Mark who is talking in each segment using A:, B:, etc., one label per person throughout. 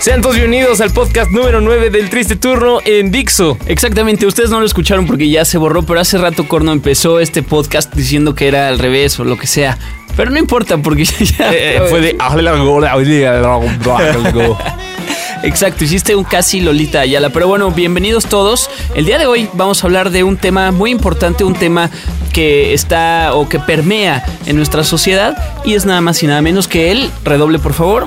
A: Sean todos bienvenidos al podcast número 9 del Triste Turno en Dixo.
B: Exactamente, ustedes no lo escucharon porque ya se borró, pero hace rato Corno empezó este podcast diciendo que era al revés o lo que sea. Pero no importa porque ya...
A: Eh, eh, fue de...
B: Exacto, hiciste un casi Lolita Ayala. Pero bueno, bienvenidos todos. El día de hoy vamos a hablar de un tema muy importante, un tema que está o que permea en nuestra sociedad y es nada más y nada menos que el redoble, por favor.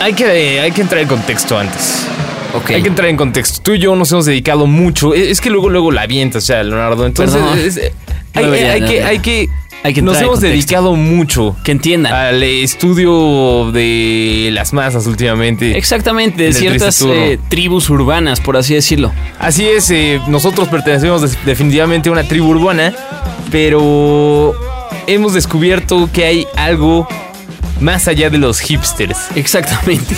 A: Hay que, eh, hay que entrar en contexto antes.
B: Ok.
A: Hay que entrar en contexto. Tú y yo nos hemos dedicado mucho. E, Es es que luego, luego la avientas, o sea, Leonardo. Entonces,
B: Perdón.
A: es- es- hay,
B: No
A: hay-
B: debería,
A: hay
B: no
A: que,
B: debería.
A: hay que,
B: Hay que
A: nos
B: entrar en
A: hemos
B: contexto.
A: dedicado mucho
B: Que entiendan.
A: al estudio de las masas últimamente.
B: Exactamente, de
A: Del triste
B: ciertas
A: turno.
B: eh, tribus urbanas, por así decirlo.
A: Así es, eh, nosotros pertenecemos des- definitivamente a una tribu urbana, pero hemos descubierto que hay algo más allá de los hipsters.
B: Exactamente.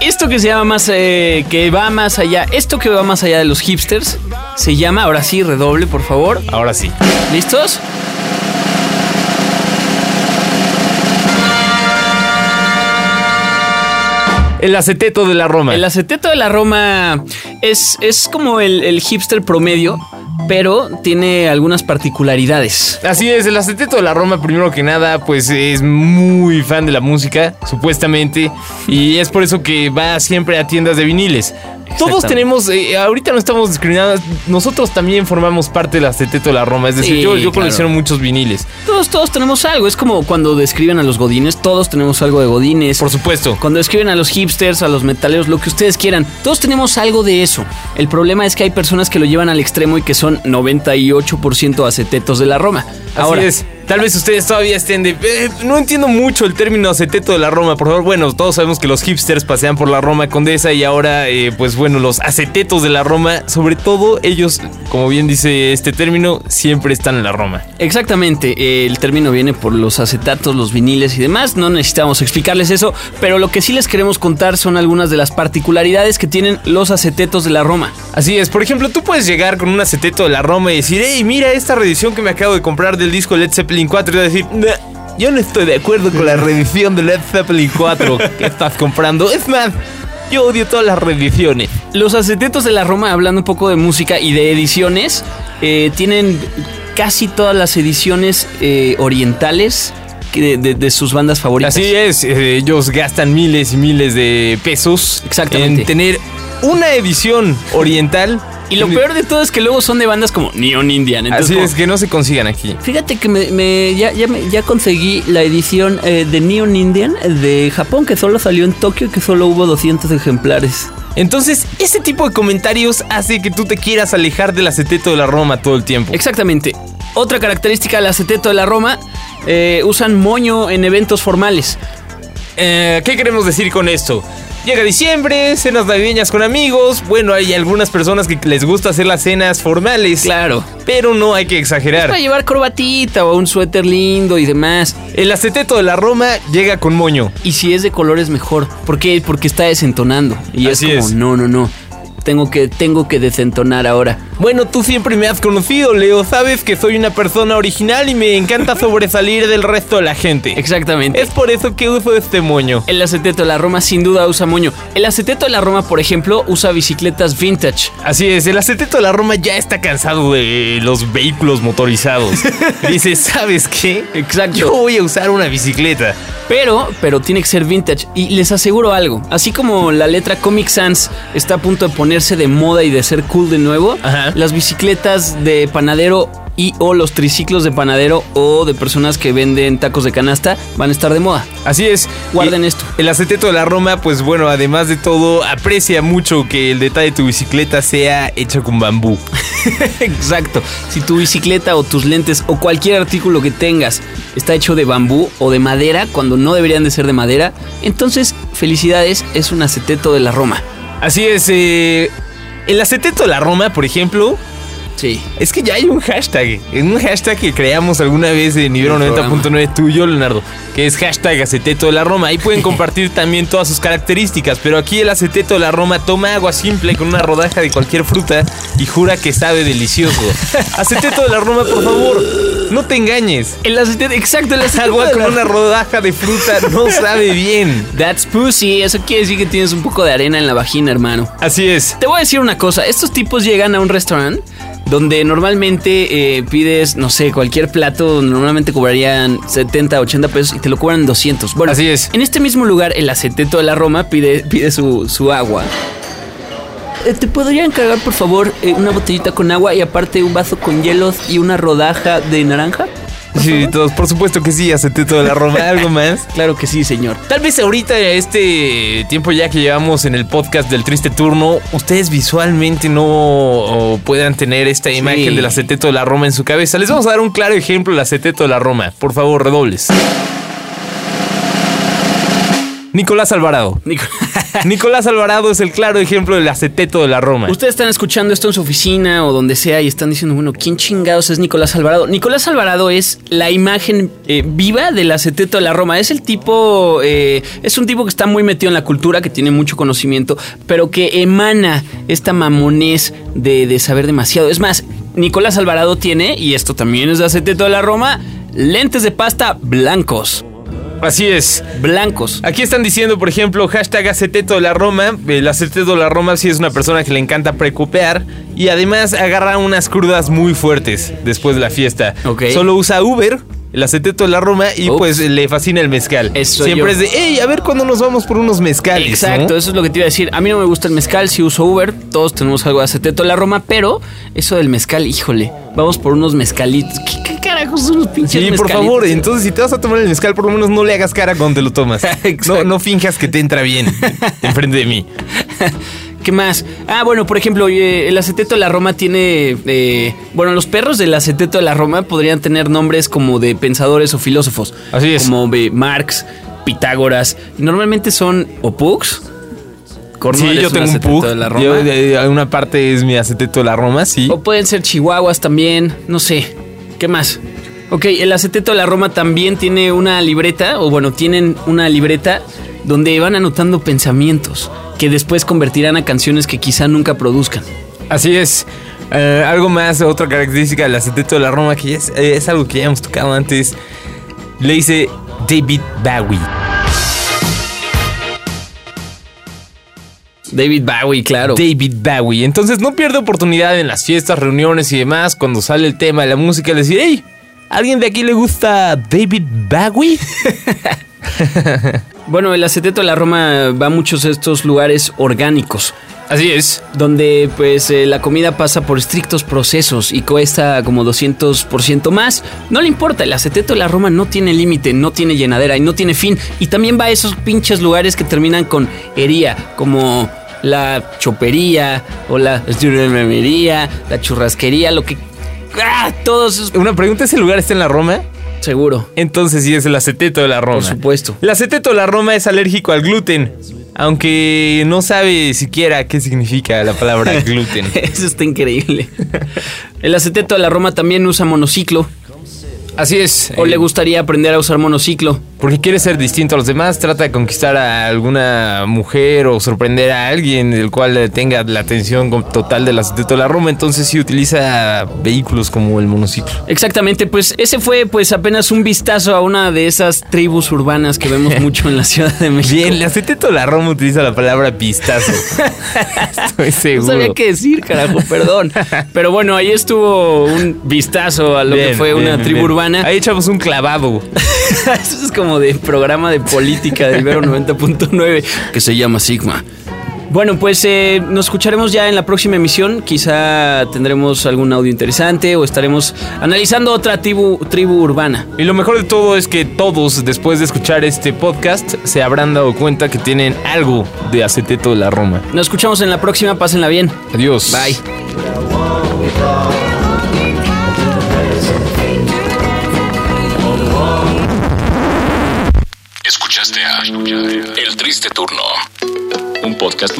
B: Esto que se llama más, eh, que va más allá, esto que va más allá de los hipsters, se llama, ahora sí, redoble, por favor.
A: Ahora sí.
B: ¿Listos?
A: El aceteto de la Roma.
B: El aceteto de la Roma es, es como el, el hipster promedio, pero tiene algunas particularidades.
A: Así es, el aceteto de la Roma, primero que nada, pues es muy fan de la música, supuestamente, y es por eso que va siempre a tiendas de viniles. Todos
B: Exactamente.
A: tenemos, eh, ahorita no estamos discriminados, nosotros también formamos parte del aceteto de la Roma, es decir,
B: Sí,
A: yo, yo
B: claro.
A: colecciono muchos viniles,
B: Todos, todos tenemos algo, es como cuando describen a los godines, todos tenemos algo de godines.
A: por supuesto.
B: Cuando escriben a los hipsters, a los metaleros, lo que ustedes quieran, todos tenemos algo de eso. El problema es que hay personas que lo llevan al extremo y que son 98% acetetos de la Roma. Ahora,
A: Así es. Tal vez ustedes todavía estén de... "Eh, no entiendo mucho el término aceteto de la Roma, por favor. Bueno, todos sabemos que los hipsters pasean por la Roma Condesa y ahora, eh, pues bueno, los acetetos de la Roma, sobre todo ellos, como bien dice este término, siempre están en la Roma.
B: exactamente, eh, el término viene por los acetatos, los viniles y demás, no necesitamos explicarles eso, pero lo que sí les queremos contar son algunas de las particularidades que tienen los acetetos de la Roma.
A: Así es, por ejemplo, tú puedes llegar con un aceteto de la Roma y decir, hey, mira esta reedición que me acabo de comprar del disco Led Zeppelin 4 y vas a decir, "Nah, yo no estoy de acuerdo con la reedición de Led Zeppelin 4 que estás comprando. Es más, yo odio todas las reediciones.
B: Los acetetos de la Roma, hablando un poco de música y de ediciones, eh, tienen casi todas las ediciones eh, orientales que de, de- de sus bandas favoritas.
A: Así es, eh, ellos gastan miles y miles de pesos
B: Exactamente.
A: en tener una edición oriental.
B: Y lo peor de todo es que luego son de bandas como Neon Indian. Entonces,
A: Así
B: como-
A: es, que no se consigan aquí.
B: Fíjate que me, me- ya, ya me- ya conseguí la edición eh, de Neon Indian de Japón que solo salió en Tokio y que solo hubo 200 ejemplares.
A: Entonces, este tipo de comentarios hace que tú te quieras alejar del aceteto de la Roma todo el tiempo.
B: Exactamente. Otra característica del aceteto de la Roma, eh, usan moño en eventos formales.
A: Eh, ¿Qué queremos decir con esto? Llega diciembre, cenas navideñas con amigos. Bueno, hay algunas personas que les gusta hacer las cenas formales.
B: Claro.
A: Pero no hay que exagerar.
B: Para llevar corbatita o un suéter lindo y demás.
A: El aceteto de la Roma llega con moño.
B: Y si es de color es mejor. ¿Por qué? Porque está desentonando. Y
A: Así
B: es como,
A: es.
B: no, no, no. Tengo que, tengo que desentonar ahora.
A: Bueno, tú siempre me has conocido, Leo. Sabes que soy una persona original y me encanta sobresalir del resto de la gente.
B: Exactamente.
A: Es por eso que uso este moño.
B: El aceteto de la Roma sin duda usa moño. El aceteto de la Roma, por ejemplo, usa bicicletas vintage.
A: Así es, el aceteto de la Roma ya está cansado de los vehículos motorizados. Dice, ¿sabes qué?
B: Exacto.
A: Yo voy a usar una bicicleta.
B: Pero, pero tiene que ser vintage. Y les aseguro algo. Así como la letra Comic Sans está a punto de ponerse de moda y de ser cool de nuevo,
A: Ajá.
B: las bicicletas de panadero y o los triciclos de panadero o de personas que venden tacos de canasta van a estar de moda.
A: Así es.
B: Guarden esto.
A: El aceteto de la Roma, pues bueno, además de todo, aprecia mucho que el detalle de tu bicicleta sea hecho con bambú.
B: Exacto. Si tu bicicleta o tus lentes o cualquier artículo que tengas está hecho de bambú o de madera cuando no deberían de ser de madera, entonces felicidades, es un aceteto de la Roma.
A: Así es. eh, el aceteto de la Roma, por ejemplo,
B: Sí.
A: Es que ya hay un hashtag, un hashtag que creamos alguna vez en Ibero
B: El
A: 90.9 tú y yo, Leonardo, que es hashtag aceteto de la Roma. Ahí pueden compartir también todas sus características, pero aquí el aceteto de la Roma toma agua simple con una rodaja de cualquier fruta y jura que sabe delicioso. Aceteto de la Roma, por favor, no te engañes.
B: El aceite, exacto, el aceite
A: Agua
B: de
A: con
B: la-
A: una rodaja de fruta no sabe bien.
B: That's pussy, eso quiere decir que tienes un poco de arena en la vagina, hermano.
A: Así es.
B: Te voy a decir una cosa, estos tipos llegan a un restaurante donde normalmente eh, pides, no sé, cualquier plato, normalmente cobrarían 70, 80 pesos y te lo cobran 200. Bueno,
A: Así es.
B: En este mismo lugar, el aceteto de la Roma pide, pide su, su agua. Eh, ¿Te podría encargar, por favor, eh, una botellita con agua y aparte un vaso con hielos y una rodaja de naranja?
A: Sí, todos, por supuesto que sí, aceteto de la Roma, algo más.
B: Claro que sí, señor.
A: Tal vez ahorita, este tiempo ya que llevamos en el podcast del triste turno, ustedes visualmente no o, puedan tener esta imagen del aceteto de la Roma en su cabeza. Les vamos a dar un claro ejemplo del aceteto de la Roma. Por favor, redobles. Nicolás Alvarado.
B: Nico-
A: Nicolás Alvarado es el claro ejemplo del aceteto de la Roma.
B: Ustedes están escuchando esto en su oficina o donde sea y están diciendo, bueno, ¿quién chingados es Nicolás Alvarado? Nicolás Alvarado es la imagen eh, viva del aceteto de la Roma. Es el tipo, eh, es un tipo que está muy metido en la cultura, que tiene mucho conocimiento, pero que emana esta mamonés de, de saber demasiado. Es más, Nicolás Alvarado tiene, y esto también es de aceteto de la Roma, lentes de pasta blancos.
A: Así es.
B: Blancos.
A: Aquí están diciendo, por ejemplo, hashtag aceteto de la Roma. El aceteto de la Roma sí es una persona que le encanta precopear y además agarra unas crudas muy fuertes después de la fiesta.
B: Ok.
A: Solo usa Uber, el aceteto de la Roma y
B: Ups.
A: pues le fascina el mezcal.
B: Eso soy
A: Siempre
B: yo.
A: es de, hey, a ver cuándo nos vamos por unos mezcales.
B: Exacto,
A: ¿no?
B: eso es lo que te iba a decir. A mí no me gusta el mezcal, si uso Uber, todos tenemos algo de aceteto en la Roma, pero eso del mezcal, híjole, vamos por unos mezcalitos. ¿Qué, qué carajos son los pinches
A: Sí, por
B: mezcalitos?
A: favor, entonces si te vas a tomar el mezcal, por lo menos no le hagas cara cuando te lo tomas.
B: Exacto.
A: no, no finjas que te entra bien enfrente de mí.
B: ¿Qué más? Ah, bueno, por ejemplo, eh, el aceteto de la Roma tiene... eh, bueno, los perros del aceteto de la Roma podrían tener nombres como de pensadores o filósofos.
A: Así es.
B: Como de Marx, Pitágoras. Normalmente son o pugs. Cornwall
A: sí,
B: es
A: yo tengo un
B: aceteto
A: pug.
B: de la Roma.
A: Yo, eh, una parte es mi aceteto de la Roma, sí.
B: O pueden ser chihuahuas también, no sé. ¿Qué más? Ok, el aceteto de la Roma también tiene una libreta, o bueno, tienen una libreta donde van anotando pensamientos que después convertirán a canciones que quizá nunca produzcan.
A: Así es. Eh, algo más, otra característica del aceteto de la Roma que es, eh, es algo que ya hemos tocado antes. Le dice David Bowie.
B: David Bowie, claro.
A: David Bowie. Entonces no pierde oportunidad en las fiestas, reuniones y demás cuando sale el tema de la música decir, hey, ¿alguien de aquí le gusta David Bowie?
B: Bueno, el aceteto de la Roma va a muchos de estos lugares orgánicos.
A: Así es.
B: donde pues eh, la comida pasa por estrictos procesos y cuesta como 200% más. No le importa, el aceteto de la Roma no tiene límite, no tiene llenadera y no tiene fin. Y también va a esos pinches lugares que terminan con hería, como la chopería o la churremería, la churrasquería, lo que... ¡Ah! Todos esos-
A: Una pregunta, ¿ese lugar está en la Roma?
B: Seguro,
A: Entonces sí es el aceteto de la Roma.
B: por supuesto.
A: El aceteto de la Roma es alérgico al gluten, aunque no sabe siquiera qué significa la palabra gluten.
B: Eso está increíble. El aceteto de la Roma también usa monociclo.
A: Así es.
B: ¿O
A: eh,
B: le gustaría aprender a usar monociclo?
A: Porque quiere ser distinto a los demás, trata de conquistar a alguna mujer o sorprender a alguien el cual eh, tenga la atención con- total del aceteto de la Roma, entonces sí utiliza vehículos como el monociclo.
B: Exactamente, pues ese fue pues apenas un vistazo a una de esas tribus urbanas que vemos mucho en la Ciudad de México.
A: Bien, el aceteto de la Roma utiliza la palabra pistazo. Estoy
B: no
A: seguro.
B: sabía qué decir, carajo, perdón. Pero bueno, ahí estuvo un vistazo a lo que
A: Bien,
B: fue
A: bien,
B: una
A: bien,
B: tribu
A: bien.
B: urbana.
A: Ahí echamos un clavado.
B: Eso es como de programa de política de Ibero 90.9 que se llama Sigma. Bueno, pues eh, nos escucharemos ya en la próxima emisión. Quizá tendremos algún audio interesante o estaremos analizando otra tribu, tribu urbana.
A: Y lo mejor de todo es que todos, después de escuchar este podcast, se habrán dado cuenta que tienen algo de aceteto de la Roma.
B: Nos escuchamos en la próxima, pásenla bien.
A: Adiós.
B: Bye.
C: Escuchaste a El Triste Turno. Un podcast